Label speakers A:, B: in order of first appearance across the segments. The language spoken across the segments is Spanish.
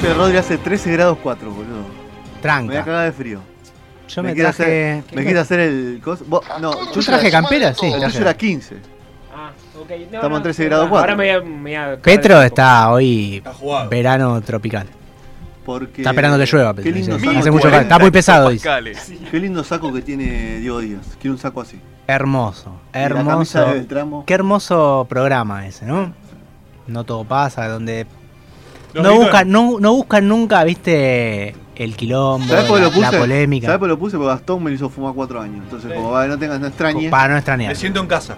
A: Che, Rodri hace 13 grados 4, boludo. Me voy a
B: Tranca.
A: cagar de frío.
B: Yo me,
A: quiero
B: traje.
A: hacer, me quiero hacer el coso. Vos- No,
B: ¿Yo
A: yo
B: traje campera? Sí,
A: El
B: traje.
A: tuyo era 15.
C: Ah, ok. No,
A: Estamos
C: no,
A: en 13
C: no,
A: grados cuatro.
C: Ahora me voy a. me voy a-
B: Petro está hoy
D: Está jugado.
B: verano tropical.
A: Porque
B: Está esperando que llueva, Petro.
A: Qué lindo,
B: dice.
A: saco,
B: Hace mucho calor.
A: 40.
B: Está muy pesado, dice.
A: qué lindo saco que tiene Diego Díaz. Quiero un saco así.
B: Hermoso,
A: Y La camisa
B: hermoso.
A: de Beltramo.
B: Qué hermoso programa ese, ¿no? No todo pasa, donde
D: Los
B: no
D: Beatles.
B: buscan, no, no buscan nunca, viste, el quilombo,
A: ¿Sabés por qué
B: la,
A: lo puse?
B: la polémica.
A: ¿Sabés por qué lo puse? Porque Gastón me lo hizo fumar 4 años. Entonces, como va, no tengas, no extrañes.
B: Para no extrañar.
D: Me siento en casa.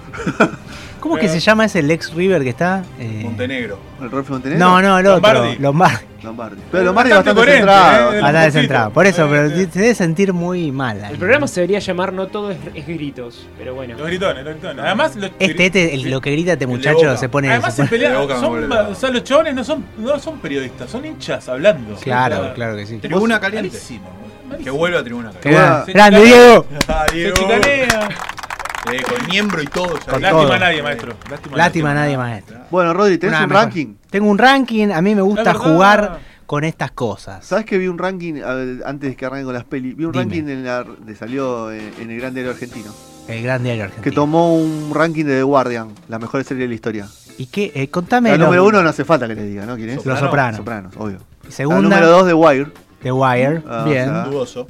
B: ¿Cómo que se llama ese Lex River que está? Eh,
D: Montenegro.
A: El Rolfi Montenegro.
B: No, no, el otro.
D: Lombardi.
B: Lombardi.
A: Lombardi. Pero Lombardi es bastante
D: coherente,
A: centrado.
D: eh.
A: bastante-
B: Está
D: poquito.
B: descentrado. Ah, Por eso,
D: Eh,
B: pero
D: eh.
B: te debe sentir muy mal. ahí.
C: El programa se debería llamar No todo es, es gritos, pero bueno.
D: Los gritones, los gritones. Además, los
B: Este, este, el- lo que grita este muchacho se pone.
D: Además,
B: se
D: se
B: pone-
D: pelean.
E: De boca me
D: son,
E: vuelve loco.
D: o sea, los chabones no son, no son periodistas, son hinchas hablando.
B: Claro, claro que sí.
E: Tribuna caliente.
D: Malísimo, boludo,
E: Que
D: malísimo.
E: vuelva a tribuna
B: Qué
E: caliente.
B: gran-
D: se
B: Grande,
D: chicanea.
B: Diego.
D: Ah,
E: Diego.
D: Se chicanea.
E: Eh, con miembro y todo. ya. Eh,
B: Con
D: Lástima
B: todo.
D: a nadie, maestro. Lástima, a
B: Lástima, nadie maestro.
A: Bueno, Rodri, ¿tenés
B: Una
A: un
B: mejor.
A: ranking?
B: Tengo un ranking, a mí me gusta
D: La verdad.
B: jugar con estas cosas.
A: ¿Sabes que vi un ranking, a ver, antes de que arranque con las pelis, vi un
B: Dime.
A: ranking en la, de- salió en, en el Gran Diario Argentino,
B: El gran diario argentino.
A: que tomó un ranking de The Guardian, la mejor serie de la historia.
B: ¿Y qué? Eh, contame.
A: La
B: los-
A: número uno no hace falta que te diga, ¿no? ¿Quién es?
B: Los
D: Soprano.
B: Sopranos.
A: Sopranos, obvio. La
B: Segunda,
A: número dos de Wire.
B: The Wire.
A: Ah,
B: Bien.
A: o sea,
E: Dudoso.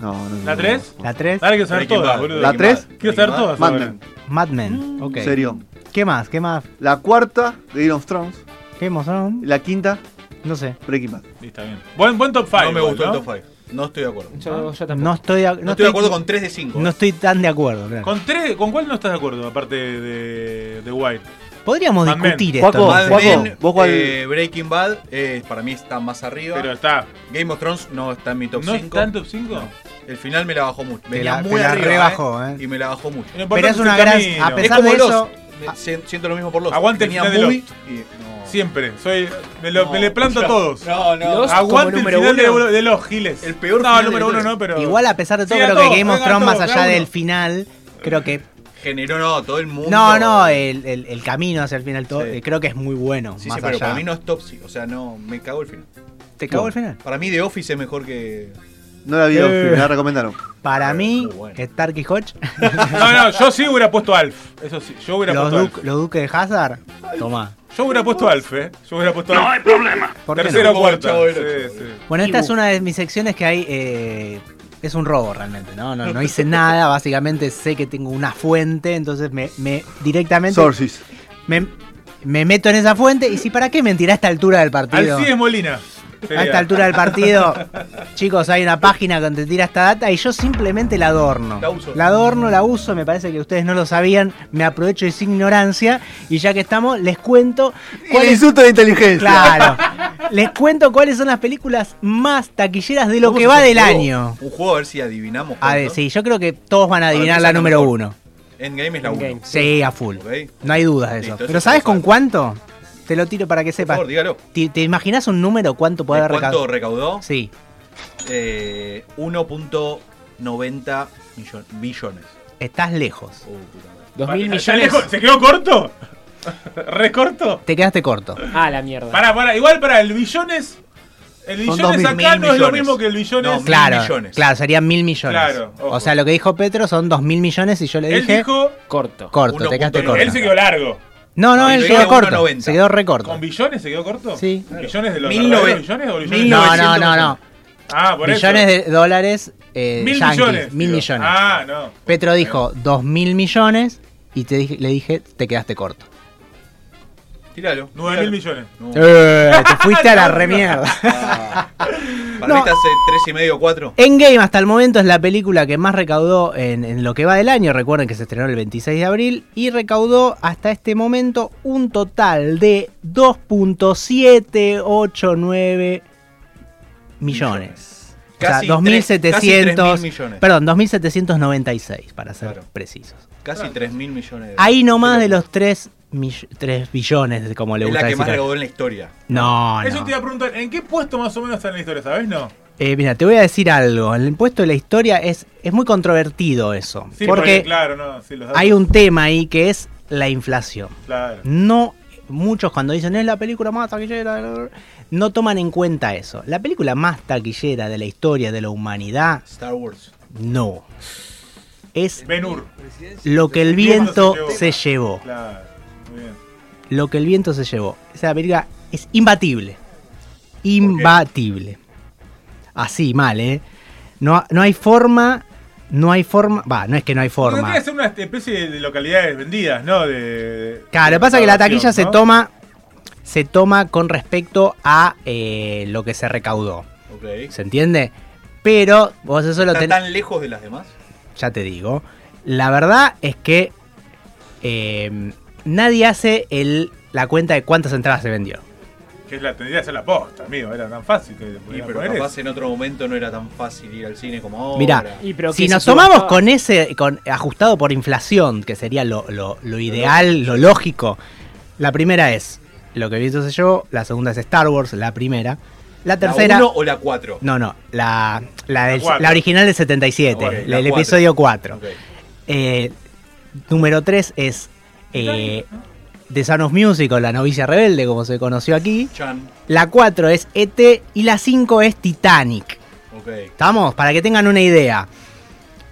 A: No, no, no, no,
D: ¿La tres?
A: no.
B: La 3,
D: Ahora quiero saber
E: Breaking
D: todas,
E: Bad,
D: boludo.
A: ¿La
E: Breaking
A: tres?
E: Bad,
D: Quiero
E: Breaking
D: saber
E: Bad.
D: todas.
A: Mad
D: ahora.
A: Men,
B: Mad Men. Ok.
A: serión.
B: ¿Qué más? ¿Qué más?
A: La cuarta, Game of Thrones.
B: ¿Qué emoción?
A: La quinta,
B: No sé.
A: Breaking Bad.
D: Sí, está bien. Buen, buen top 5.
E: No me gustó el top 5. No estoy de acuerdo. No,
C: Yo, yo tampoco.
B: No estoy, a- no
E: estoy de acuerdo con 3 de 5.
B: No estoy tan de acuerdo. claro.
D: ¿Con, tres, ¿Con cuál no estás de acuerdo, aparte de, de White?
B: Podríamos
D: Mad Men.
B: discutir
A: Juaco,
B: esto.
E: Mad
B: no sé.
A: Juaco,
E: Men,
A: vos cuál-
E: eh, Breaking Bad, eh, para mí está más arriba.
D: Pero está.
E: Game of Thrones no está en mi top
D: ¿No
E: 5.
D: está en top 5?
E: No. El final me la bajó mucho.
B: Te
E: Venía
B: la-
E: muy
B: te la
E: arriba.
B: rebajó, eh.
E: Y me la bajó mucho.
B: Pero es una gran. A
E: Es
B: pesar
E: como
B: de
E: Lost.
B: eso. Ah.
E: Me- si- Siento lo mismo por los.
D: Aguante el
E: Venía
D: final de
E: muy.
D: Lost.
E: y- no.
D: Siempre. Soy, me, lo,
E: No,
D: me le planto a
E: no,
D: todos.
E: No, no.
C: Los-
D: Aguante el
C: como número
D: final de,
C: uno.
D: de los Giles.
E: El peor
D: No,
E: final
D: el
E: de
D: número
E: la
D: uno
E: historia.
D: no, pero.
B: Igual a pesar de todo,
D: Sí, a
B: creo
D: todos,
B: que Game of
D: venga,
B: Thrones, más
D: todos,
B: allá
D: cada
B: del
D: uno.
B: final, creo que.
E: Generó, no, todo el mundo.
B: No, no, el, el- el camino hacia el final, todo,
E: Sí.
B: eh, creo que es muy bueno.
E: Sí,
B: más
E: sí, pero
B: allá.
E: para mí no es top 5. O sea, no, me cago el final.
B: ¿Te cago el final?
E: Para mí The Office es mejor que.
A: No la vi,
B: Eh.
A: me la recomendaron.
B: Para
E: Eh,
B: mí,
E: muy bueno.
B: Stark y Hodge,
D: No, no, yo sí hubiera puesto Alf. Eso sí, yo hubiera
B: los,
D: puesto
B: duques
D: Alf.
B: los duques de Hazard, tomá.
D: Yo hubiera puesto Alf, eh. Yo hubiera puesto Alf.
B: ¿Por qué no?
D: Tercera o
E: Como
D: cuarta.
E: el Chavo del
D: Sí,
E: Ocho,
D: sí.
B: Bueno, esta es una de mis secciones que hay. eh, es un robo realmente, ¿no? No, no hice nada, básicamente sé que tengo una fuente, entonces me, me directamente
A: Sources.
B: me, me meto en esa fuente. Y si para qué mentir a esta altura del partido.
D: Alcides Molina.
B: A
D: sería.
B: esta altura del partido, chicos, hay una página donde te tira esta data y yo simplemente la adorno.
E: La uso.
B: La adorno, la uso, me parece que ustedes no lo sabían, me aprovecho de su ignorancia y ya que estamos, les cuento
A: El
B: cuáles
A: insulto de inteligencia.
B: Claro. Les cuento cuáles son las películas más taquilleras de lo que va del
E: Un juego,
B: año.
E: Un juego a ver si adivinamos.
B: A ver,
E: cuánto.
B: sí, yo creo que todos van a adivinar
E: mí
B: la
E: es la
B: número
E: mejor.
B: uno.
E: Endgame es la 1.
C: Endgame.
B: Sí, a full.
E: Ok.
B: No hay dudas de eso.
E: Listo, eso
B: Pero
E: es
B: ¿sabes con
E: fácil.
B: cuánto? Te lo tiro para que
E: Por
B: sepas.
E: favor, dígalo.
B: ¿Te, te imaginas un número cuánto puede
E: ¿De
B: haber
E: ¿Cuánto
B: recaudado?
E: recaudó?
B: Sí.
E: Eh, 1.90 millon- billones.
B: Estás lejos.
E: Oh, puta madre.
C: Dos mil
D: ¿Está
C: millones.
D: lejos? ¿Se quedó corto? ¿Re corto?
B: Te quedaste corto.
C: Ah, la mierda.
D: Pará, pará, igual para el billones. El
A: Son
D: billones
A: dos
D: acá no
E: mil- mil
D: es lo
E: millones.
D: mismo que el billones.
E: No, Mil
B: Claro,
E: millones.
B: claro, serían mil millones.
D: Claro, ojo.
B: o sea, lo que dijo Petro son dos mil millones y yo le
D: él
B: dije
D: dijo.
C: Corto.
B: corto, te quedaste
E: 1.9.
B: corto.
D: Él se quedó largo.
B: No, no,
E: No, y
B: él
E: yo
B: quedó
E: dije
B: corto.
E: 1.90.
B: Se quedó recorto.
D: ¿Con billones se quedó corto?
B: Sí.
D: ¿Billones de los
E: Mil
D: verdaderos
E: nove-
D: billones o billones?
E: mil
B: No, no, no, no.
E: 900.
D: Ah, por
B: millones
D: eso.
B: de dólares eh,
D: Mil
B: yanquis,
D: millones.
B: mil
D: digo.
B: millones.
D: Ah, no.
B: Petro dijo dos mil millones y te dije, le dije, te quedaste corto.
E: Tíralo.
D: 9 mil millones.
E: millones.
B: Eh, te fuiste a la remierda.
E: Para mí está hace 3 y medio, 4.
B: Endgame hasta el momento es la película que más recaudó en, en lo que va del año. Recuerden que se estrenó el 26 de abril y recaudó hasta este momento un total de 2.789 millones. O sea,
E: Casi
B: 2.700.
E: tres- casi 3.000 millones.
B: Perdón, 2.796 para ser
E: Claro.
B: precisos.
E: Casi 3 mil millones de
B: Ahí nomás de
E: dólares.
B: los 3, billones, como le
E: Es la
B: gusta
E: que más
B: decir.
E: recaudó en la historia.
B: No, no.
D: Eso te iba a preguntar, ¿en qué puesto más o menos está en la historia, sabes? No.
B: Eh, mira, te voy a decir algo. El impuesto de la historia es, es muy controvertido eso.
D: Sí,
B: porque
D: claro, no, sí, los datos,
B: hay un tema ahí que es la inflación.
D: claro.
B: No, muchos cuando dicen es la película más taquillera, no toman en cuenta eso. La película más taquillera de la historia de la humanidad,
E: Star Wars.
B: no. Es
D: Benur.
B: lo que el viento se llevó.
D: Claro. Muy bien.
B: Lo que el viento se llevó. Esa película es imbatible. Imbatible. Así, mal, ¿eh? No, no hay forma. No hay forma. Va, no es que no hay
D: Porque
B: forma.
D: tiene que ser una especie de localidades vendidas, ¿no? De,
B: Claro, lo que pasa es que la taquilla se
D: ¿no?
B: toma. Se toma con respecto a eh, lo que se recaudó.
E: Ok.
B: ¿Se entiende? Pero vos eso lo
E: ¿Está
B: tenés.
E: tan lejos de las demás?
B: Ya te digo. La verdad es que. eh, nadie hace el, la cuenta de cuántas entradas se vendió.
D: Que la tendría que ser la posta, amigo. Era tan fácil que le
E: Y
D: podían
E: pero
D: poner
E: capaz
D: eso.
E: en otro momento no era tan fácil ir al cine como ahora.
B: Mirá,
C: Y, pero
B: si
C: que
B: nos
C: se
B: tomamos
C: subastaba-
B: con ese, con ajustado por inflación, que sería lo, lo- lo ideal, lo lógico, la primera es lo que visto se llevó, la segunda es Star Wars, la primera, la tercera...
E: ¿La 1 o la 4?
B: no, no, la, la, del-
D: La cuatro.
B: la original del 77,
E: Ok,
B: el,
E: la
B: el
E: cuatro.
B: episodio 4. número 3 es eh, The Sound of Music o La Novicia Rebelde, como se conoció aquí.
E: Chan.
B: La 4 es ET y la 5 es Titanic.
E: Ok.
B: ¿Estamos? Para que tengan una idea.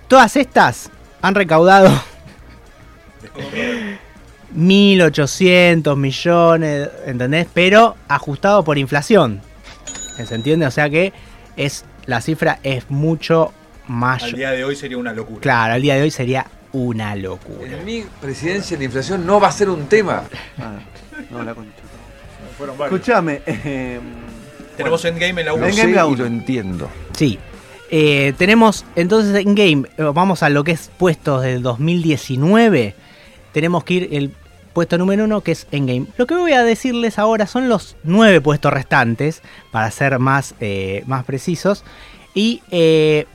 B: Todas estas han recaudado 1.800 millones, ¿entendés? Pero ajustado por inflación. ¿Se entiende? O sea que es, la cifra es mucho más...
E: Al día de hoy sería una locura.
B: Claro, al día de hoy sería una locura.
F: En mi presidencia la inflación no va a ser un tema.
A: Ah, no, la concha.
D: Fueron varios.
A: Escuchame. eh,
E: Tenemos Endgame en la 1.
F: Lo
A: Endgame
F: sé y
A: la uno.
F: lo entiendo.
B: Sí. Eh, tenemos entonces en game, eh, vamos a lo que es puestos del 2019. Tenemos que ir el puesto número uno que es en game. Lo que voy a decirles ahora son los nueve puestos restantes para ser más, eh, más precisos. Y eh,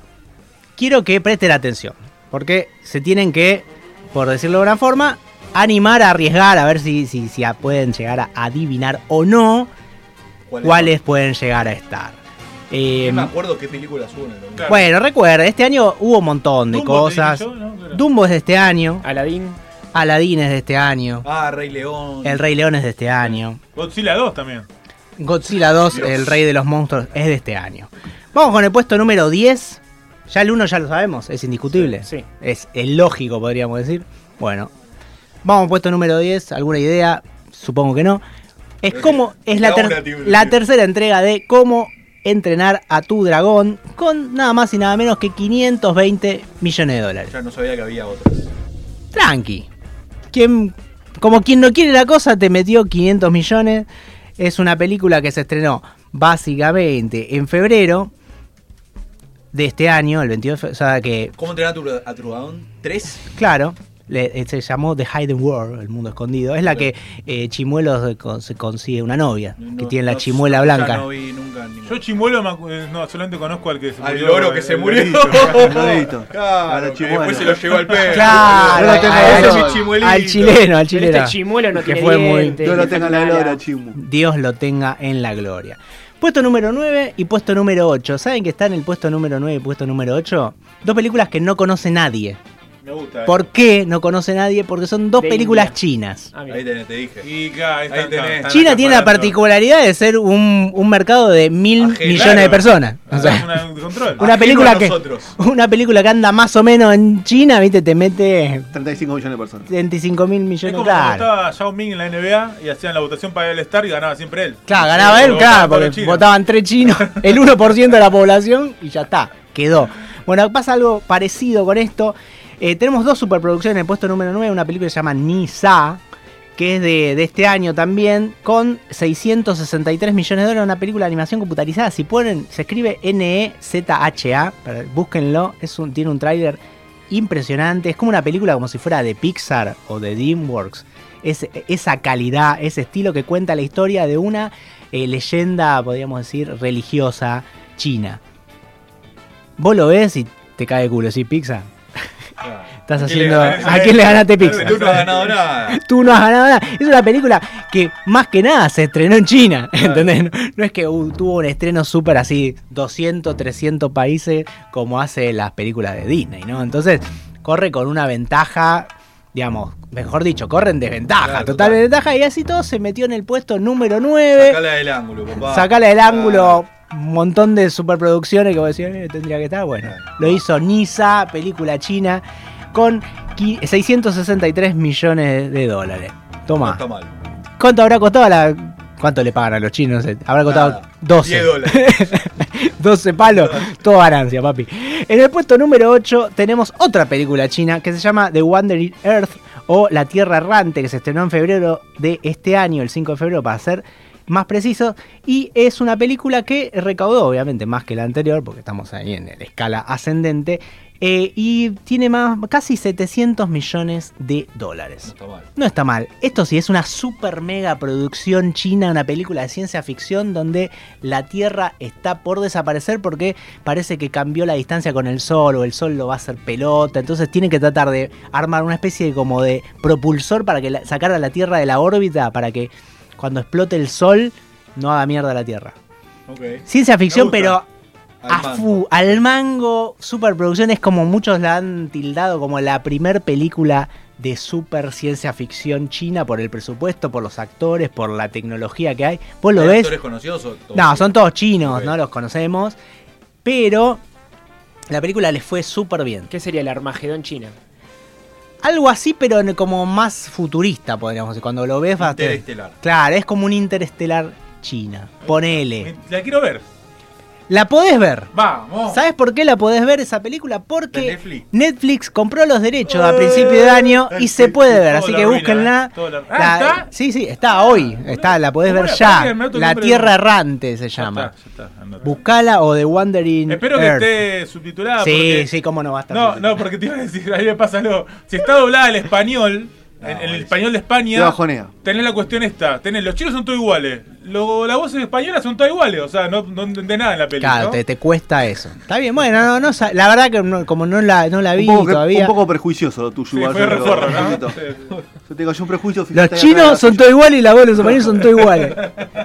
B: quiero que presten atención porque se tienen que, por decirlo de una forma, animar a arriesgar a ver si, si, si a- pueden llegar a adivinar o no cuáles pueden llegar a estar. Eh,
E: No me acuerdo qué película suben. ¿no?
D: Claro.
B: bueno, recuerda, este año hubo un montón de
D: Dumbo, te dije
B: cosas.
D: yo, ¿no? Claro.
B: Dumbo es de este año,
C: Aladdin.
B: Aladdin es de este año,
E: Ah, Rey León.
B: El Rey León es de este año,
D: Godzilla 2 también.
B: Godzilla 2,
E: Dios.
B: El Rey de los Monstruos, es de este año. Vamos con el puesto número 10. Ya el 1 ya lo sabemos, es indiscutible.
C: Sí.
B: Es el lógico, podríamos decir. Bueno, vamos al puesto número 10. ¿Alguna idea? Supongo que no. Es como. Es la,
E: La
B: ter-
E: una, tío,
B: la
E: tío.
B: tercera entrega de cómo entrenar a tu dragón con nada más y nada menos que 520 millones de dólares.
E: Ya no sabía que había otras.
B: tranqui. Quien, como quien no quiere la cosa, te metió 500 millones. Es una película que se estrenó básicamente en febrero de este año, el 22 de fe- O sea que,
E: ¿Cómo entrenar a tu, a tu dragón? ¿Tres?
B: claro, le- eh, se llamó The Hidden World, el mundo escondido. Es la que eh, Chimuelo se, con- se consigue una novia, que
E: No,
B: tiene la
E: no,
B: chimuela
E: ya
B: blanca.
E: No vi nunca ninguna.
D: Yo chimuelo me acu- eh, no, solamente conozco al que se
E: Al loro que
D: el-
E: se
D: el
E: murió.
D: lorito.
A: El lorito. A la
E: Claro, que
A: chimuela.
E: después se lo llevó al perro.
B: Claro,
A: Yo
B: al,
A: lo tengo
B: al-
A: eso,
B: al
A: mi
E: chimuelito.
B: chileno, al
C: Pero
B: chileno.
C: este chimuelo no
B: Que
C: tiene
B: fue muy-
C: dientes,
A: yo
C: le
A: lo tengo en
C: falta
A: la
C: una ala.
A: lora, chimu.
B: Dios lo tenga en la gloria. Puesto número 9 y puesto número 8. ¿Saben que está en el puesto número 9 y puesto número 8? Dos películas que no conoce nadie.
D: Me gusta. eh.
B: ¿Por qué no conoce nadie? Porque son dos
C: De
B: películas
C: India.
B: chinas.
C: Ah, mira.
E: Ahí tenés, te dije.
D: Y acá, ahí
E: Ahí
D: están,
E: tenés.
D: están
B: China tiene la
D: acaparando.
B: particularidad de ser un, un mercado de mil
E: Ajeno,
B: millones de
D: claro.
B: personas. O
D: Ah,
B: sea,
D: es una- un control.
B: Una
E: Ajeno
B: película
E: a
B: que-
E: nosotros.
B: una película que anda más o menos en China, viste, te mete
A: 35 millones de personas.
B: 35 mil millones
D: Es como
B: de
D: cuando
B: dólares.
D: estaba Yao Ming en la NBA y hacían la votación para el Star y ganaba siempre él.
B: Claro, ganaba
D: Sí,
B: él,
D: lo
B: claro,
D: votaban todos
B: porque
D: los chinos.
B: votaban tres chinos, el 1% de la población y ya está, quedó. Bueno, pasa algo parecido con esto. Eh, tenemos dos superproducciones en el puesto número 9, una película que se llama Nisa, que es de, de este año también, con 663 millones de dólares, una película de animación computarizada. Si pueden, se escribe E NEZHA, para- búsquenlo, es un, tiene un tráiler impresionante, es como una película como si fuera de Pixar o de DreamWorks. Es, esa calidad, ese estilo que cuenta la historia de una eh, leyenda, podríamos decir, religiosa china. Vos lo ves y te cae de culo, ¿sí? Pixar. Estás
E: ¿A quién le
B: haciendo.
E: ganaste?
B: ¿A quién le ganaste Pixar?
E: Tú no has ganado nada.
B: Tú no has ganado nada. Es una película que más que nada se estrenó en China, ¿entendés? No, no es que uh, tuvo un estreno súper así, 200, 300 países, como hace las películas de Disney, ¿no? Entonces, corre con una ventaja, digamos, mejor dicho, corre en desventaja,
E: Claro,
B: total,
E: total.
B: ventaja, y así todo se metió en el puesto número 9.
E: Sacala del ángulo, papá.
B: Sacala del
E: Ah,
B: ángulo, un montón de superproducciones que vos decís, "Eh, tendría que estar. Bueno, lo hizo Nisa, película china, con qui- 663 millones de dólares.
E: Ah, no
B: Toma.
E: Está mal.
B: ¿Cuánto habrá costado la.? ¿Cuánto le pagan a los chinos? Habrá costado
E: Nada.
B: 12.
E: 10 dólares.
B: 12 palos. Todo ganancia, papi. En el puesto número 8 tenemos otra película china que se llama The Wandering Earth o La Tierra Errante, que se estrenó en febrero de este año, el 5 de febrero, para ser más preciso. Y es una película que recaudó, obviamente, más que la anterior, porque estamos ahí en la escala ascendente. eh, y tiene más, casi 700 millones de
E: No
B: dólares.
E: está mal.
B: No está mal. Esto sí es una super mega producción china, una película de ciencia ficción donde la Tierra está por desaparecer porque parece que cambió la distancia con el Sol o el Sol lo va a hacer pelota. Entonces tienen que tratar de armar una especie de, como de propulsor para que la- sacar a la Tierra de la órbita para que cuando explote el Sol no haga mierda la Tierra.
E: Ok.
B: Ciencia ficción,
D: gusta.
B: pero
E: Al
B: a
E: mango.
B: fu- al mango, superproducción es como muchos la han tildado como la primer película de super ciencia ficción china por el presupuesto, por los actores, por la tecnología que hay. Vos lo
E: ¿Hay
B: ves.
E: actores conocidos o todos?
B: No, son todos chinos,
E: Ok.
B: no los conocemos. Pero la película les fue súper bien.
C: ¿Qué sería el Armagedón China?
B: Algo así, pero en- como más futurista, podríamos decir. Cuando lo ves, vas a tener-
E: Interestelar.
B: Claro, es como un interestelar china. Ponele.
D: Me- La quiero ver.
B: La podés ver.
D: Vamos.
B: ¿Sabes por qué la podés ver esa película? Porque
E: De Netflix.
B: Netflix compró los derechos
D: Eh,
B: a principio de año y se puede ver, así que búsquenla.
D: Ah,
B: La-
D: está.
B: Sí, sí, está hoy, está, la podés
D: Ah, ¿Cómo
B: ver
D: era?
B: ya.
D: Pará, me anoto el
B: La
D: nombre.
B: Tierra Errante se
D: Ya
B: llama.
D: está, ya está, andate.
B: Buscala o The Wandering
D: Espero
B: Earth.
D: que esté subtitulada.
B: Sí,
D: Ah, porque-
B: sí, cómo no va a estar.
D: No, no, porque te iba a decir, a mí me pasa lo. Si está doblada al español,
E: Ah,
D: en, en el español de
A: Te
D: España,
A: bajonea.
D: tenés la cuestión esta: tenés, los chinos son todos iguales, lo- las voces españolas son todas iguales, o sea, no, no entendés nada en la película.
B: Claro, te, te cuesta eso. Está bien, bueno, no, no, sa- la verdad que no- como no la, no la
A: Un
B: vi
A: poco, que-
B: todavía.
A: un poco perjuicioso lo tuyo.
D: Sí,
A: igual,
D: fue
A: yo te lo-
D: reforro,
A: lo
D: ¿no?
A: admito.
D: Sí.
A: Yo te cayó un prejuicio.
B: Los
A: fíjate, acá,
B: chinos son todos iguales y la voz de los españoles son todos iguales.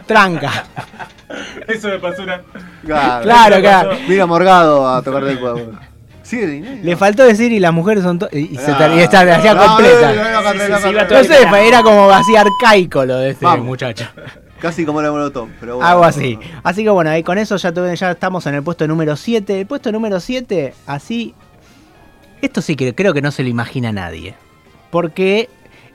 B: Tranca.
D: Eso me pasó una.
A: Claro,
B: Claro, claro.
A: Mira Morgado a tocar del cuadro. Sigue de dinero.
B: Le faltó decir y las mujeres son todas. Y, y se
A: Ah.
B: ter- y está, la hacía
A: No,
B: completa.
A: no, no, no, no,
C: Sí,
A: no,
C: sí,
A: no,
C: sí,
A: no,
C: iba
A: no,
C: todo
B: No
A: no.
C: el-
B: sé, era como así arcaico lo de este
A: Vamos.
B: muchacho.
A: Casi como la de Molotov, pero bueno.
B: Algo así. Así que bueno, ahí con eso ya, tuve- ya estamos en el puesto número 7. El puesto número 7, así. Esto sí que creo que no se lo imagina nadie. Porque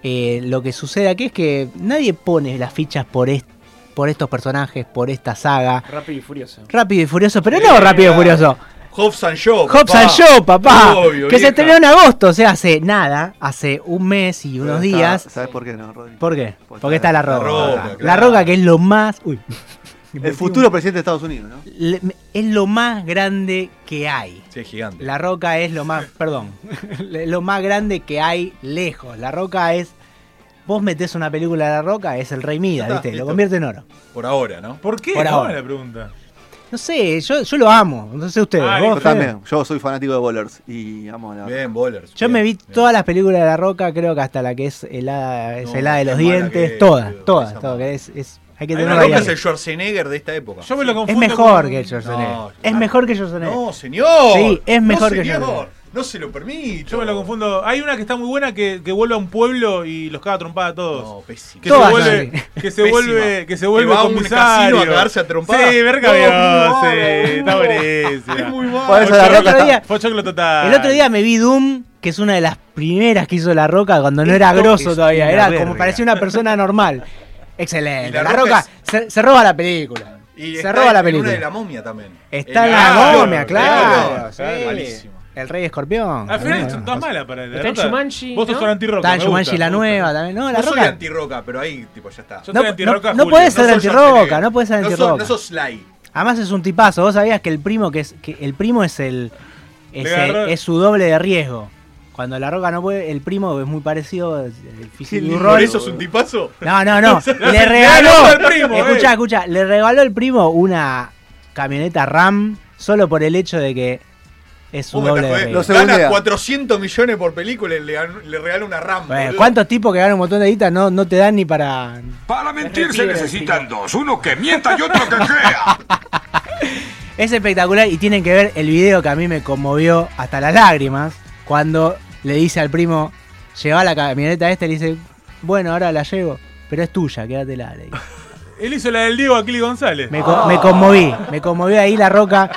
B: eh, lo que sucede aquí es que nadie pone las fichas por, est- por estos personajes, por esta saga.
C: Rápido y furioso.
B: Rápido y Furioso, pero no Rápido y Furioso.
E: Hobbs and Shaw.
B: Hobbs
E: papá.
B: and Shaw, papá.
E: Obvio,
B: que se
E: vieja.
B: estrenó en agosto, o sea, hace nada, hace un mes y unos días.
A: ¿Sabes por qué no, Rodri?
B: ¿Por qué?
A: Porque
B: Porque está
A: está
B: la
E: Pues La
B: roca.
E: Roca,
B: La
E: claro.
B: roca que es lo más... Uy.
A: El futuro presidente de Estados Unidos, ¿no?
B: Le- me- es lo más grande que hay.
E: Sí, es gigante.
B: La roca es lo más... Perdón. Le- lo más grande que hay lejos. La roca es... Vos metés una película de la roca, es el rey Midas,
E: Ya está,
B: ¿viste? Lo
E: Ah, listo.
B: convierte en oro.
E: Por ahora, ¿no?
D: ¿Por qué?
B: Por
D: No,
B: ahora.
D: la pregunta.
B: No sé, yo, yo lo amo. No sé ustedes. ¿vos,
D: Ah,
A: Yo
D: listo,
B: Fede?
A: también, yo soy fanático de Bowlers y amo la.
E: Bien, Bowlers.
B: Yo
E: bien,
B: me vi
E: bien.
B: todas las películas de La Roca, creo que hasta la que es helada, es
E: No,
B: helada de
E: qué
B: los
E: mala
B: dientes,
E: que es,
B: todas,
E: boludo,
B: todas,
E: esa
B: todas,
E: mala.
B: que es, es- hay que
E: Hay
B: tener
E: una
B: una
E: roca es
B: guía.
E: el Schwarzenegger de esta época.
D: Yo me lo
B: Es
D: confundo.
B: mejor
D: con-
B: que Schwarzenegger.
E: No,
B: es
E: no.
B: mejor que Schwarzenegger.
E: No, señor.
B: Sí, es mejor
E: no,
B: que
E: señor.
B: Schwarzenegger.
E: No se lo permito.
D: Yo me lo confundo. Hay una que está muy buena que, que vuelve a un pueblo y los caga trompada a todos.
E: No, pésimo.
D: Que
B: Todas las
D: se vuelve, que se
E: Pésima.
D: vuelve, que se
E: Que
D: vuelve
E: va a un
D: comisario.
E: casino a cagarse a trompadas.
D: Sí, verga,
E: No,
D: Dios,
E: no,
D: sí,
E: no.
D: está buenísimo.
E: Es muy malo.
A: Por eso la
D: Fue
A: roca
D: choclo-
B: está-
D: Fue choclo total.
B: El otro día me vi Doom, que es una de las primeras que hizo La Roca cuando no era
A: Esto
B: grosso
A: es
B: todavía,
A: una
B: era
A: verga.
B: como parecía una persona normal. Excelente.
E: Y
B: La,
E: La
B: Roca,
E: Roca
B: se, se roba la película.
E: Y
B: se
E: está
B: roba la
E: en una de
B: película.
E: la momia también.
B: Está
E: El
B: en la
E: árbol,
B: momia, claro,
E: claro,
C: sí.
E: Malísimo.
B: El Rey Escorpión.
D: Al final son
B: Bueno,
D: todas malas para él.
C: Está en
D: Rota-
C: Shumanji,
D: Vos sos
C: ¿no?
D: un antirroca.
B: Está en
D: me
B: Jumanji
D: gusta,
B: la
D: me gusta.
B: nueva también. No, la
E: no soy
B: roca.
E: antirroca, pero ahí, tipo, ya está.
D: Yo
B: No,
D: soy antirroca,
B: no, no
D: Julio.
B: puedes ser
E: soy
B: antirroca,
E: Schwarzenegger.
B: no puedes ser
E: No sos,
B: antirroca.
E: no sos Sly.
B: Además es un tipazo, vos sabías que el primo que es que el primo es el es,
D: Le agarró-
B: el- es su doble de riesgo. Cuando la roca no puede, el primo es muy parecido, es- el físico
A: lindo.
E: ¿Por
B: rol.
E: eso es un tipazo?
B: No, no, no. Le
D: agarró
B: regaló.
D: al primo, eh.
B: escucha, escucha, le regaló el primo una camioneta Ram solo por el hecho de que es su
E: Vos me eh.
B: doble
E: estás
B: de
E: jodiendo.
B: riesgo.
A: Los-
E: Gana
A: segundea.
E: 400 millones por película y le, gan- le regala una rampa.
B: Bueno, ¿Cuántos tipos que ganan un montón de guita no, no te dan ni para.
G: Para mentir se
C: Retira,
G: necesitan dos, uno que mienta y otro que crea.
B: Es espectacular y tienen que ver el video que a mí me conmovió hasta las lágrimas cuando le dice al primo, lleva la camioneta esta y le dice, bueno, ahora la llevo, pero es tuya, quédatela. le dice.
D: Él hizo la del Diego Aquili González.
B: Me, co- me conmoví, me conmovió ahí la roca,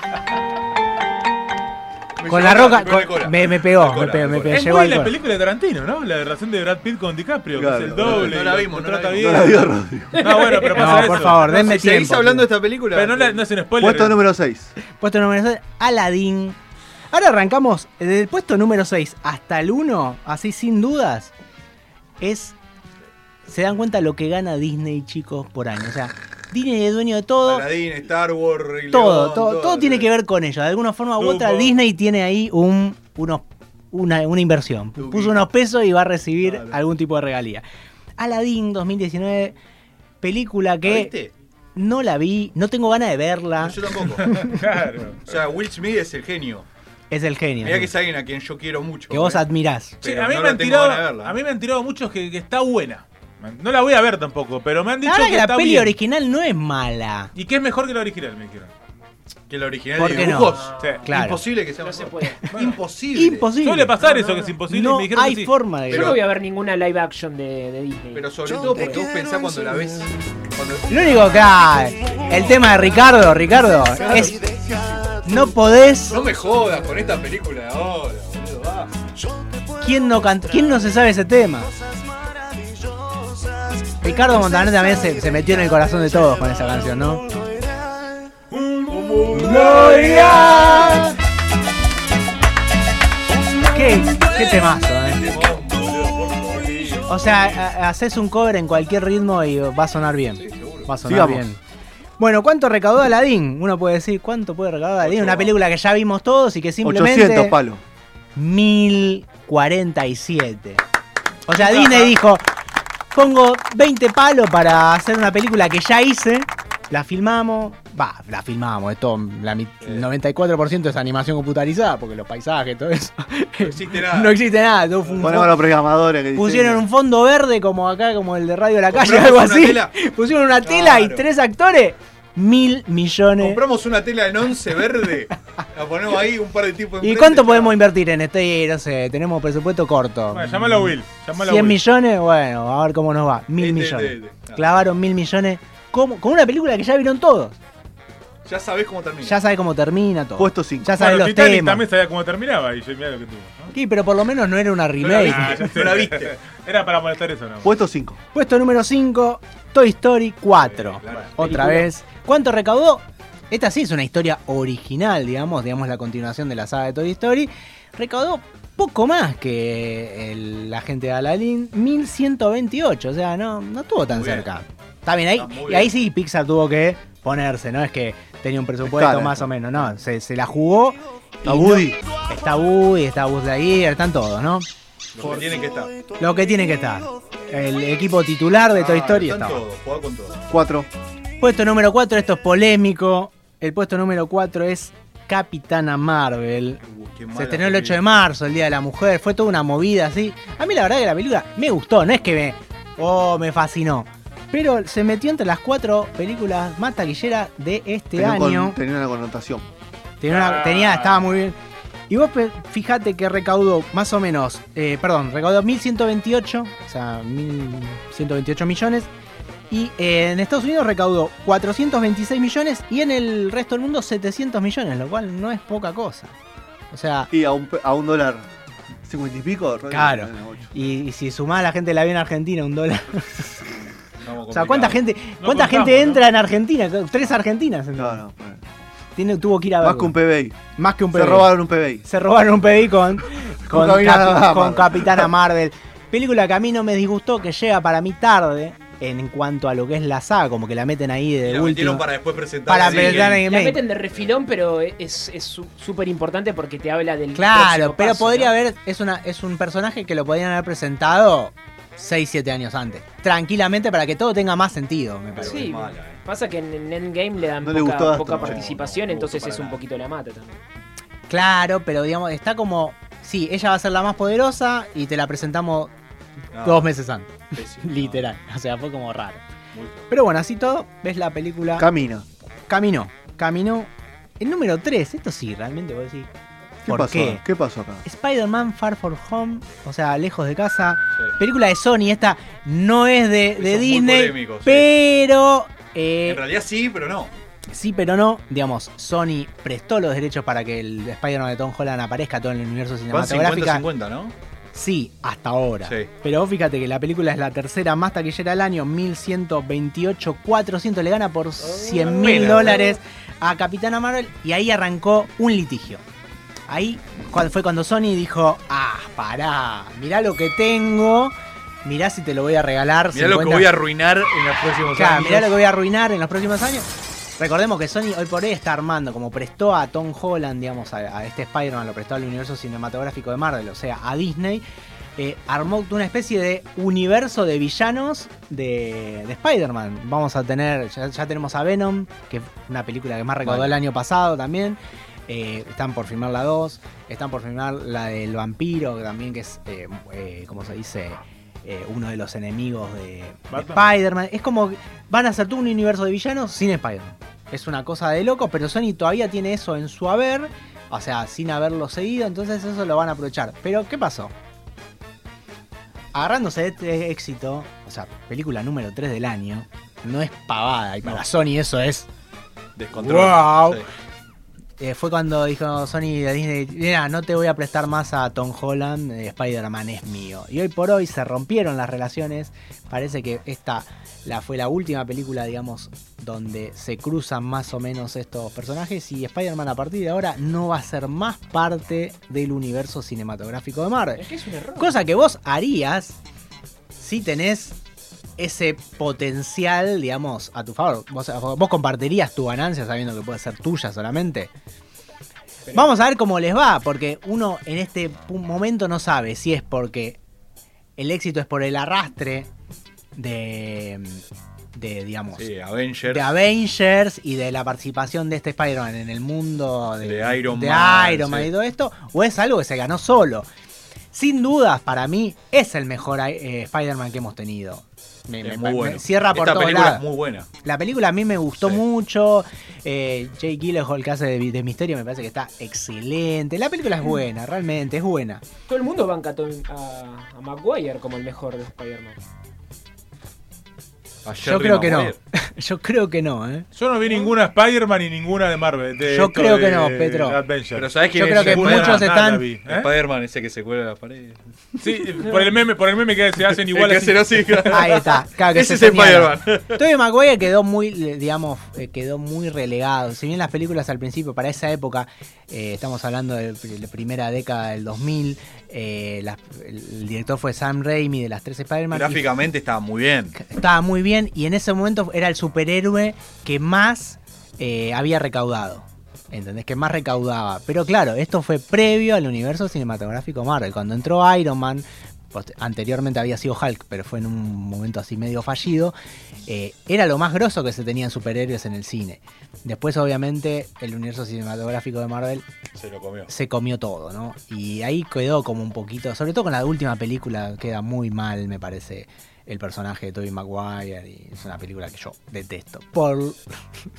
B: con la roca, con- me, me pegó, me pegó, me pegó,
D: Es
B: llegó
D: muy
B: al
D: la
B: cora.
D: película de Tarantino, ¿no? La relación de Brad Pitt con DiCaprio, que
A: Claro,
D: es el
A: no,
D: doble.
E: no la
D: y lo
E: vimos, no la
D: trata
E: vimos.
A: No la vio
D: bien.
A: Rodrigo.
D: No, bueno, pero pasa
B: No, por
D: eso.
B: favor, denme
E: Si seguís
B: tiempo.
E: hablando de esta película.
D: Pero no, la- no es un spoiler.
A: Puesto número 6.
B: Puesto número 6, Aladdin. Ahora arrancamos desde el puesto número 6 hasta el 1, así sin dudas, es... Se dan cuenta lo que gana Disney, chicos, por año. O sea, Disney es dueño de todo.
E: Aladdin, Star Wars, Rey
B: todo,
E: León,
B: todo, todo tiene que ver con ello. De alguna forma u
D: Tuvo.
B: otra, Disney tiene ahí un, unos, una, una inversión.
E: Tuvo.
B: Puso unos pesos y va a recibir
E: Claro.
B: algún tipo de regalía. Aladdin 2019, película
E: ¿La
B: que Ah.
E: viste?
B: no la vi, no tengo ganas de verla.
E: No, yo tampoco.
D: Claro.
E: O sea, Will Smith es el genio.
B: Es el genio.
E: Mirá
B: ¿no?
E: que es alguien a quien yo quiero mucho.
B: que vos
E: ¿eh?
B: admirás.
D: Che,
E: Pero
D: a, mí
E: no
D: me
E: la
D: han
E: tengo
D: tirado,
E: ganas de verla.
D: a mí me han tirado muchos que, que está buena. No la voy a ver tampoco, pero me han dicho
B: La verdad
D: que,
B: que la
D: está
B: peli
D: bien.
B: original no es mala.
D: Y que es mejor que la original, me dijeron.
E: Que la original
B: ¿Por
E: de
B: qué no?
E: dibujos.
D: Sí.
B: Claro.
E: Imposible que sea
C: No
E: mejor.
C: se puede.
E: Imposible.
B: Imposible.
D: Suele pasar eso, que es imposible. y
B: No
D: me dijeron
B: hay
D: que sí.
B: forma de
C: Yo
E: Pero-
C: no voy a ver ninguna live action de, de Disney.
E: Pero sobre todo porque vos pensás cuando la ves. Cuando...
B: Lo único que hay, el tema de Ricardo, Ricardo, es no podés,
E: No me jodas con esta película de ahora, boludo. va.
B: ¿quién no canta, quién no se sabe ese tema? Ricardo Montaner también se, se metió en el corazón de todos con esa canción, ¿no? ¿Qué, qué temazo, eh?
E: Temón, boludo, por favor.
B: O sea, ha- haces un cover en cualquier ritmo y va a sonar bien. Va a sonar
A: Sigamos.
B: bien. Bueno, ¿cuánto recaudó Aladdin? Uno puede decir, ¿cuánto puede recaudar Aladdin? Una película que ya vimos todos y que simplemente...
A: 800 palos.
B: 1047. O sea, Disney dijo, pongo 20 palos para hacer una película que ya hice, la filmamos, va, la filmamos, esto, la mit- el 94% es animación computarizada, porque los paisajes, todo eso,
E: No existe nada.
B: no existe nada, todo fue un
A: Ponemos a los programadores que
B: Pusieron
A: diseñan.
B: un fondo verde como acá, como el de Radio de la Calle,
E: Compramos
B: algo
E: una
B: así. Eh.
E: tela.
B: Pusieron una tela y
E: Claro.
B: tres actores. Mil millones.
E: Compramos una tela en once verde. La ponemos ahí un par de tipos.
B: ¿Y
E: enfrente,
B: cuánto
E: ya.
B: podemos invertir en este? No sé, tenemos presupuesto corto.
D: Bueno, llámalo a Will. Llámalo a
B: 100
D: Will.
B: millones, bueno, a ver cómo nos va. Mil
E: Este,
B: millones.
E: este, este. Ah.
B: Clavaron mil millones como- con una película que ya vieron todos.
E: Ya sabés cómo termina.
B: Ya sabes cómo termina todo.
A: Puesto 5.
B: ya sabes
D: Pues, Bueno,
B: los
D: Titanic
B: temas.
D: también sabía cómo terminaba y yo mirá lo que tuvo. ¿no?
B: Sí, pero por lo menos no era una remake.
D: Ah, ya sé.
E: No la viste.
D: Era para molestar eso, ¿no?
A: Puesto 5.
B: Puesto número 5, Toy Story 4.
E: Eh,
B: Otra
C: Película.
B: vez. ¿Cuánto recaudó? Esta sí es una historia original, digamos, digamos la continuación de la saga de Toy Story. Recaudó poco más que el- la gente de Aladdin, 1128, o sea, no, no estuvo tan
E: Muy bien.
B: cerca. Está bien, ahí,
E: Está muy
B: y ahí
E: bien.
B: sí Pixar tuvo que ponerse, no es que tenía un presupuesto
A: Escala.
B: más o menos, no, se, se la jugó. y
A: A Woody.
B: no- está Woody, está Buzz Lightyear, están todos, ¿no?
E: Lo que tiene que estar.
B: Lo que tiene que estar. El equipo titular de Toy
E: Ah,
B: Story
E: están
B: estaba.
E: todos, jugá con todo.
A: 4.
B: Puesto número 4, esto es polémico. El puesto número 4 es Capitana Marvel.
E: Uh, qué
B: Se
E: mala
B: estrenó el 8 de
E: película.
B: marzo, el Día de la Mujer. Fue toda una movida así. A mí la verdad que la película me gustó, no es que me... Oh, me fascinó. Pero se metió entre las cuatro películas más taquilleras de este
A: Tenía, un
B: año.
A: con- tenía una connotación.
B: Tenía,
D: Ah.
B: una- tenía- estaba muy bien. Y vos pe- fijate que recaudó más o menos, eh, perdón, recaudó 1.128, o sea, 1.128 millones. Y eh, en Estados Unidos recaudó 426 millones y en el resto del mundo 700 millones, lo cual no es poca cosa. O sea,
A: Y a un, pe- a un dólar. 50 y pico. Rodrigo,
B: Claro.
A: en el ocho.
B: y, y si sumás a la gente de la bien argentina, un dólar.
E: Estamos
B: O sea, ¿cuánta
E: complicados.
B: gente,
D: No
B: cuánta
D: contamos,
B: gente
D: ¿no?
B: entra en Argentina? Tres argentinas.
A: No,
B: entonces.
A: no. bueno.
B: tiene- tuvo que ir a
A: Más
B: ver.
A: que un PBI.
B: Más que un
A: Se
B: PBI.
A: robaron un PBI.
B: Se robaron un PBI con, con,
A: Capitana
B: Capi-
A: Marvel.
B: con Capitana Marvel. Película que a mí no me disgustó, que llega para mí tarde en cuanto a lo que es la saga, como que la meten ahí de
E: La metieron
B: último.
E: para después presentar.
B: para
E: así que-
B: presentar en el
C: La
B: main.
C: meten de refilón, pero es es su- súper importante porque te habla del.
B: Claro,
C: próximo
B: pero
C: paso,
B: podría
C: ¿no?
B: haber. Es, una, es un personaje que lo podrían haber presentado 6-7 años antes. Tranquilamente para que todo tenga más sentido, me
E: Pero
B: parece.
C: Sí.
E: es mala, eh.
C: Pasa que en, en Endgame le dan
A: No le
C: poca,
A: gustó a Aston,
C: poca
A: no,
C: participación,
E: no
C: entonces
E: gustó
C: es
E: para
C: un
E: nada.
C: poquito la mata también.
B: Claro, pero digamos, está como. Sí, ella va a ser la más poderosa y te la presentamos
E: No,
B: dos meses antes.
E: pésimo, no.
B: Literal. O sea, fue como raro.
E: Muy feo.
B: Pero bueno, así todo, ves la película.
A: Camina.
B: caminó. Caminó. El número 3, esto sí, realmente voy a decir.
A: ¿Qué
B: ¿Por
A: pasó?
B: qué?
A: ¿Qué pasó acá?
B: Spider-Man Far From Home, o sea, lejos de casa.
E: Sí.
B: Película de Sony, esta no es de, de
E: Son muy
B: Disney.
E: polémicos, sí.
B: Pero. eh,
E: En realidad sí, pero no.
B: sí, pero no. Digamos, Sony prestó los derechos para que el Spider-Man de Tom Holland aparezca todo en el universo
E: Van
B: cinematográfico.
E: 50-50, ¿no?
B: Sí, hasta ahora.
E: Sí.
B: Pero vos fíjate que la película es la tercera más taquillera del año, 1128, 400, le gana por 100 mil
E: Apenas.
B: dólares a Capitana Marvel y ahí arrancó un litigio. Ahí cuando- fue cuando Sony dijo, ah, pará, mirá lo que tengo, mirá si te lo voy a regalar.
E: Mirá lo que
B: 50".
E: voy a arruinar en los próximos
B: Claro,
E: años.
B: mirá lo que voy a arruinar en los próximos años. Recordemos que Sony hoy por hoy está armando, como prestó a Tom Holland, digamos, a, a este Spider-Man, lo prestó al universo cinematográfico de Marvel, o sea, a Disney, eh, armó una especie de universo de villanos de, de Spider-Man. Vamos a tener, ya, ya tenemos a Venom, que es una película que más recaudó el año pasado también. Eh, están por filmar la 2, están por filmar la del vampiro, que también que es, eh, eh, ¿cómo se dice? Eh, uno de los enemigos de, de
D: Batman.
B: Spider-Man. Es como que van a hacer todo un universo de villanos sin Spider-Man. Es una cosa de locos, pero Sony todavía tiene eso en su haber, o sea, sin haberlo seguido, entonces eso lo van a aprovechar. Pero, ¿qué pasó? Agarrándose de este éxito, o sea, película número 3 del año, no es pavada, y para Sony eso es
E: Descontrol.
B: Wow.
E: Sí.
B: eh, fue cuando dijo Sony a Disney, mira, no te voy a prestar más a Tom Holland, eh, Spider-Man es mío. Y hoy por hoy se rompieron las relaciones, parece que esta la, fue la última película, digamos, donde se cruzan más o menos estos personajes y Spider-Man a partir de ahora no va a ser más parte del universo cinematográfico de Marvel.
C: Es que es un error.
B: Cosa que vos harías si tenés ese potencial, digamos, a tu favor. Vos, vos compartirías tu ganancia sabiendo que puede ser tuya solamente. Vamos a ver cómo les va, porque uno en este pu- momento no sabe si es porque el éxito es por el arrastre de, de digamos,
E: Sí, Avengers.
B: de Avengers y de la participación de este Spider-Man en el mundo de,
E: De Iron
B: de
E: Man,
B: Iron Man
E: sí.
B: y todo esto, o es algo que se ganó solo. Sin dudas, para mí es el mejor eh, Spider-Man que hemos tenido. Me-
E: Es
B: me-
E: muy
B: me-
E: bueno.
B: cierra por
E: Esta
B: todos
E: película
B: lados.
E: es muy buena.
B: La película a mí me gustó
E: Sí.
B: mucho. Eh, Jake Gyllenhaal que hace de, de Misterio me parece que está excelente. La película es buena, realmente es buena.
C: Todo el mundo banca a, Tom- a, a Maguire como el mejor de Spider-Man.
E: A
B: Yo
E: Jerry
B: creo que no.
E: Maguire.
B: Yo creo que no, ¿eh?
D: Yo no vi ninguna Spider-Man y ninguna de Marvel. de
B: Yo
D: esto
B: creo que
D: de
B: no, Petro.
D: Avengers.
E: Pero sabes quién
B: Yo creo
E: es
B: que
D: Ninguna,
E: Spider-Man?
B: muchos
D: nada
B: están-
D: vi, ¿eh?
E: Spider-Man ese que se cuelga a la pared.
D: Sí, por el meme, por el meme que se hacen igual
E: El que
D: así.
E: hacen así.
B: Ahí está. Claro, que
E: Ese
B: se
E: es
B: señala.
E: Spider-Man.
B: Tobey Maguire quedó muy, le- digamos, eh, quedó muy relegado. Si bien las películas al principio, para esa época, eh, estamos hablando de pri- la primera década del 2000, eh, las- el director fue Sam Raimi de las tres Spider-Man. y
E: Gráficamente estaba muy bien.
B: Estaba muy bien y en ese momento era el superhéroe que más eh, había recaudado. ¿Entendés? Que más recaudaba. Pero claro, esto fue previo al universo cinematográfico Marvel. Cuando entró Iron Man, post- anteriormente había sido Hulk, pero fue en un momento así medio fallido, eh, era lo más grosso que se tenían superhéroes en el cine. Después, obviamente, el universo cinematográfico de Marvel
E: Se lo comió.
B: se comió todo, ¿no? Y ahí quedó como un poquito, sobre todo con la última película, queda muy mal, me parece, el personaje de Tobey Maguire. Y es una película que yo detesto. Por,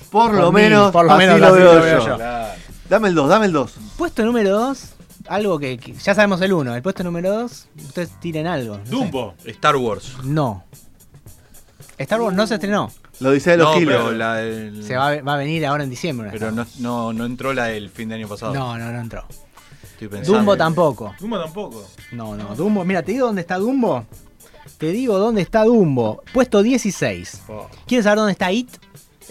A: Por lo
B: por mí,
A: menos,
B: por lo menos
A: así lo
B: así
A: veo
B: lo veo
A: yo.
B: yo.
E: Claro.
A: Dame el 2, dame el 2.
B: puesto número 2, algo que, que ya sabemos el 1, el puesto número 2, ustedes tiren algo. no sé.
D: Dumbo.
E: Star Wars.
B: No. Star Wars no se estrenó.
A: Lo dice de los
E: no,
A: Giles.
E: pero la del...
B: Se va, a- va a venir ahora en diciembre. una
E: Mm. Pero
B: Star
E: no, no, no entró la del fin de año pasado.
B: Wars. no, no, no entró.
E: Estoy pensando.
B: Dumbo tampoco.
D: Dumbo tampoco.
B: No, no, Dumbo. Mira, te digo dónde está Dumbo. Te digo dónde está Dumbo. Puesto 16.
E: Oh.
B: ¿Quieres saber dónde está It?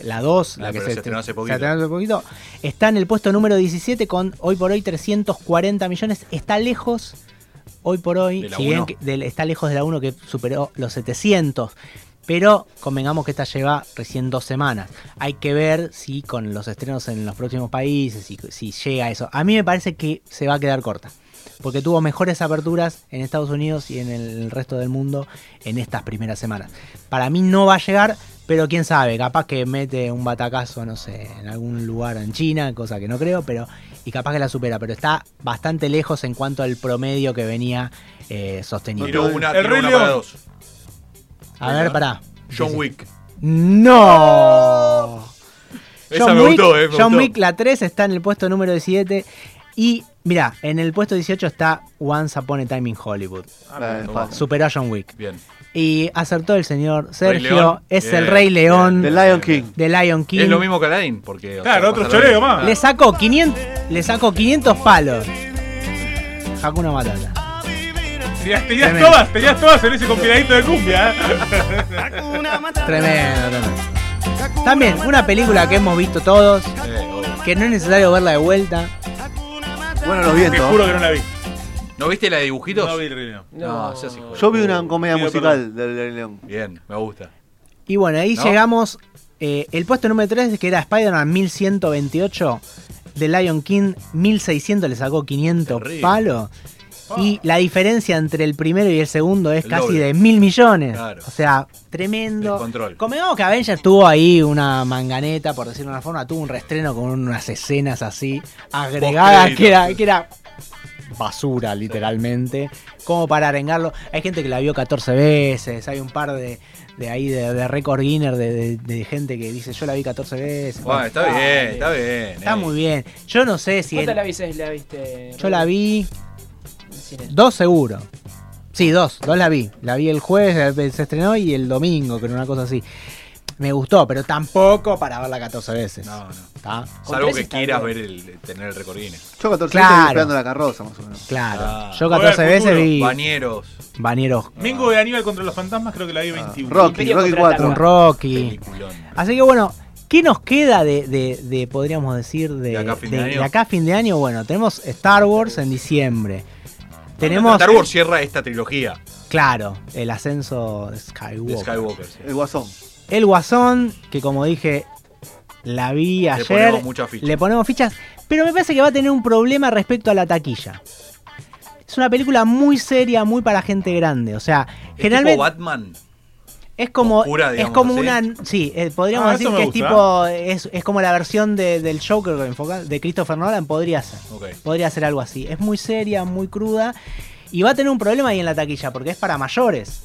B: La 2,
E: Ah,
B: la que
E: pero
B: se,
E: se estrenó hace
B: se
E: poquito.
B: estrenó hace poquito, está en el puesto número 17 con hoy por hoy 340 millones. Está lejos, hoy por hoy,
E: De la
B: si bien
E: uno.
B: que- del- está lejos de la 1 que superó los 700. Pero convengamos que esta lleva recién dos semanas. Hay que ver si con los estrenos en los próximos países, si, si llega a eso. A mí me parece que se va a quedar corta. Porque tuvo mejores aperturas en Estados Unidos y en el resto del mundo en estas primeras semanas. Para mí no va a llegar, pero quién sabe, capaz que mete un batacazo, no sé, en algún lugar en China, cosa que no creo, pero. Y capaz que la supera, pero está bastante lejos en cuanto al promedio que venía eh,
E: Tiró
B: sostenido.
E: una,
D: El
E: tiró
D: Rey
E: una para
D: León.
E: dos.
B: A ver, pará.
E: John
B: Sí, sí.
E: Wick.
B: ¡No!
E: Esa me gustó, eh, me
B: John
E: gustó.
B: Wick, la 3, está en el puesto número 17. Y mira, en el puesto 18 está Once Upon a Time in Hollywood.
D: Ah,
A: La de Fast.
B: Superó a John Wick.
E: Bien.
B: Y acertó el señor
E: León.
B: Sergio. Es el
E: Bien,
B: Rey León
A: The Lion King.
B: de Lion King.
E: Es lo mismo que Alain, porque. o
D: Claro, otro
E: pasa lo
D: choreo
E: mismo.
D: más.
B: Le sacó 500, le sacó 500 palos. Hakuna Matata.
D: Tenías, tenías
B: Tremendo.
D: todas, tenías todas en ese compiladito de cumbia. ¿eh?
B: Tremendo, tremendo. También, una película que hemos visto todos,
E: Eh, obvio.
B: que no es necesario verla de vuelta.
A: Bueno, los
D: Te
A: vientos.
D: juro que no la vi.
E: ¿No viste la de dibujitos?
D: No vi el Rey León.
E: No, seas hijo de-
A: Yo vi una comedia
D: Pido
A: musical del Rey León.
E: Bien, me gusta.
B: Y bueno, ahí
E: ¿No?
B: llegamos. eh, el puesto número 3, que era Spider-Man 1128, de Lion King 1600, le sacó 500
E: Terrible.
B: palos. Y la diferencia entre el primero y el segundo es
E: El
B: casi
E: doble.
B: de mil millones.
E: Claro.
B: O sea, tremendo.
E: El control.
B: Convengamos que Avengers tuvo ahí una manganeta, por decirlo de una forma, tuvo un restreno con unas escenas así agregadas que era, que era basura, literalmente. Como para arengarlo. Hay gente que la vio 14 veces. Hay un par de, de ahí de, de record Guinness de, de- de gente que dice yo la vi 14 veces.
E: Bueno, está bien,
C: Dale.
E: está bien.
B: Está
E: eh.
B: muy bien. Yo no sé si.
C: ¿Cuántas
B: el-
C: la viste? ¿La viste?
B: yo la vi
C: en cine?
B: dos seguro. Sí, dos. Dos la vi. La vi el jueves, eh, se estrenó y el domingo, que era una cosa así. Me gustó, pero tampoco para verla 14 veces.
E: No, no.
B: ¿Está?
C: Con
E: Salvo
C: tres
E: que
C: está
E: quieras ver
C: bien.
E: el, tener el récord Guinness.
A: Yo 14
B: Claro.
A: años esperando la carroza, más o menos.
B: Claro.
E: Ah.
B: Yo 14
D: Volver al
B: veces
D: futuro,
B: vi
E: Bañeros.
B: Bañeros
D: Mingo de Aníbal contra los fantasmas, creo que la vi 21.
A: Ah, Rocky,
C: Imperio
A: Rocky
C: contraataca.
A: 4.
B: con Rocky.
E: Peliculón.
B: Así que bueno, ¿qué nos queda de, de- de, podríamos decir, de,
E: De acá a fin de año.
B: acá a fin de año? Bueno, tenemos Star Wars en diciembre. Tenemos,
E: Star Wars cierra esta trilogía
B: claro, el ascenso de Skywalker.
E: de Skywalker. sí.
A: El Guasón.
B: El Guasón, que como dije, la vi ayer.
E: ponemos muchas fichas.
B: Le ponemos fichas, pero me parece que va a tener un problema respecto a la taquilla. Es una película muy seria, muy para gente grande. O sea,
E: Es
B: generalmente...
E: tipo Batman.
B: Es como,
E: Oscura,
B: es
E: digamos,
B: como
E: ¿sí?
B: una. Sí, eh, podríamos
D: Ah,
B: decir
D: eso me
B: que es
D: gusta.
B: tipo. Es, es como la versión de- del Joker enfoca- de Christopher Nolan. Podría ser.
E: Ok.
B: Podría ser algo así. Es muy seria, muy cruda. Y va a tener un problema ahí en la taquilla, porque es para mayores.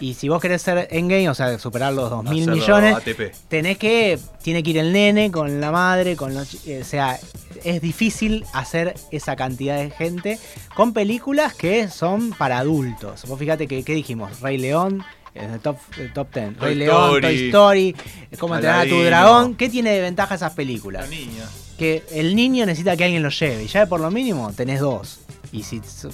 B: Y si vos querés ser endgame, o sea, superar los 2.000 mil
E: Hacerlo
B: millones,
E: ATP.
B: tenés que. Tiene que ir el nene con la madre, con los. chi- eh, O sea, es difícil hacer esa cantidad de gente con películas que son para adultos. Vos fíjate que, ¿qué dijimos, Rey León. En el top, el top 10.
E: Toy
B: Rey León,
E: Story.
B: Toy Story, eh, Cómo entrenar a tu
E: Aladino.
B: dragón. ¿Qué tiene de ventaja esas películas?
D: La niña.
B: que el niño necesita que alguien lo lleve. Y ya por lo mínimo tenés dos. Y si, so-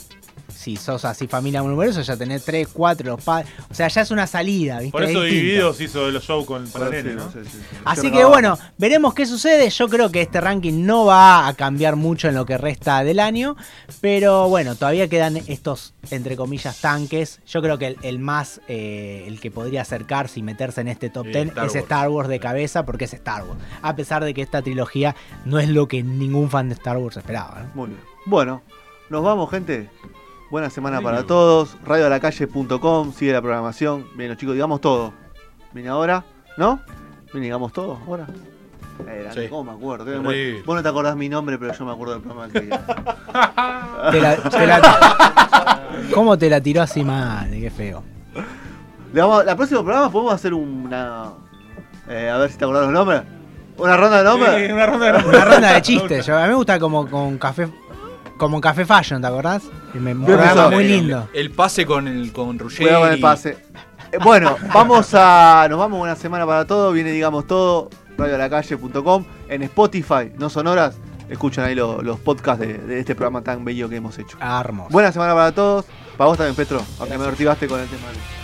B: si sos así familia muy numerosa, ya tenés tres, cuatro, los padres. O sea, ya es una salida, ¿viste?
D: Por eso
B: Es distinto.
D: Divididos hizo los shows con para
A: Sí,
D: nene, ¿no?
A: sí, sí, sí.
B: Así
A: Yo
B: que
A: no-
B: bueno, veremos qué sucede. Yo creo que este ranking no va a cambiar mucho en lo que resta del año. Pero bueno, todavía quedan estos, entre comillas, tanques. Yo creo que el, el más, eh, el que podría acercarse y meterse en este top
E: Sí,
B: 10
E: Star
B: es
E: Wars.
B: Star Wars de cabeza, porque es Star Wars. A pesar de que esta trilogía no es lo que ningún fan de Star Wars esperaba. ¿no?
A: Muy bien. Bueno, nos vamos, gente. Buena semana para
E: Adiós.
A: todos. Radioalacalle.com, sigue la programación. Bien, los chicos, digamos todo. Viene ahora, ¿no? Bien, digamos todo ahora. Era,
E: Sí.
A: ¿Cómo me acuerdo? Qué
E: Terrible.
A: memoria. Vos no te acordás mi nombre, pero yo me acuerdo del programa que
B: Te la- te la- ¿Cómo te la tiró así mal? Qué feo.
A: Le vamos, la próxima programa podemos hacer una. eh, a ver si te acordás los nombres. ¿Una ronda de nombres?
D: Sí, una ronda de
B: Una ronda de chistes. yo- a mí me gusta como con café. Como en Café Fashion, ¿te acordás? Me, un programa
A: empezó.
B: muy lindo.
E: El pase con el con Ruggeri.
A: Cuidado con el pase. Eh, Bueno, vamos a. Nos vamos una semana para todo. Viene, digamos, todo. Radioalacalle.com. En Spotify, no sonoras. Escuchan ahí lo- los podcasts de, de este programa tan bello que hemos hecho.
B: Armos.
A: Buena semana para todos. Para vos también, Petro. Aunque me motivaste con el tema. de-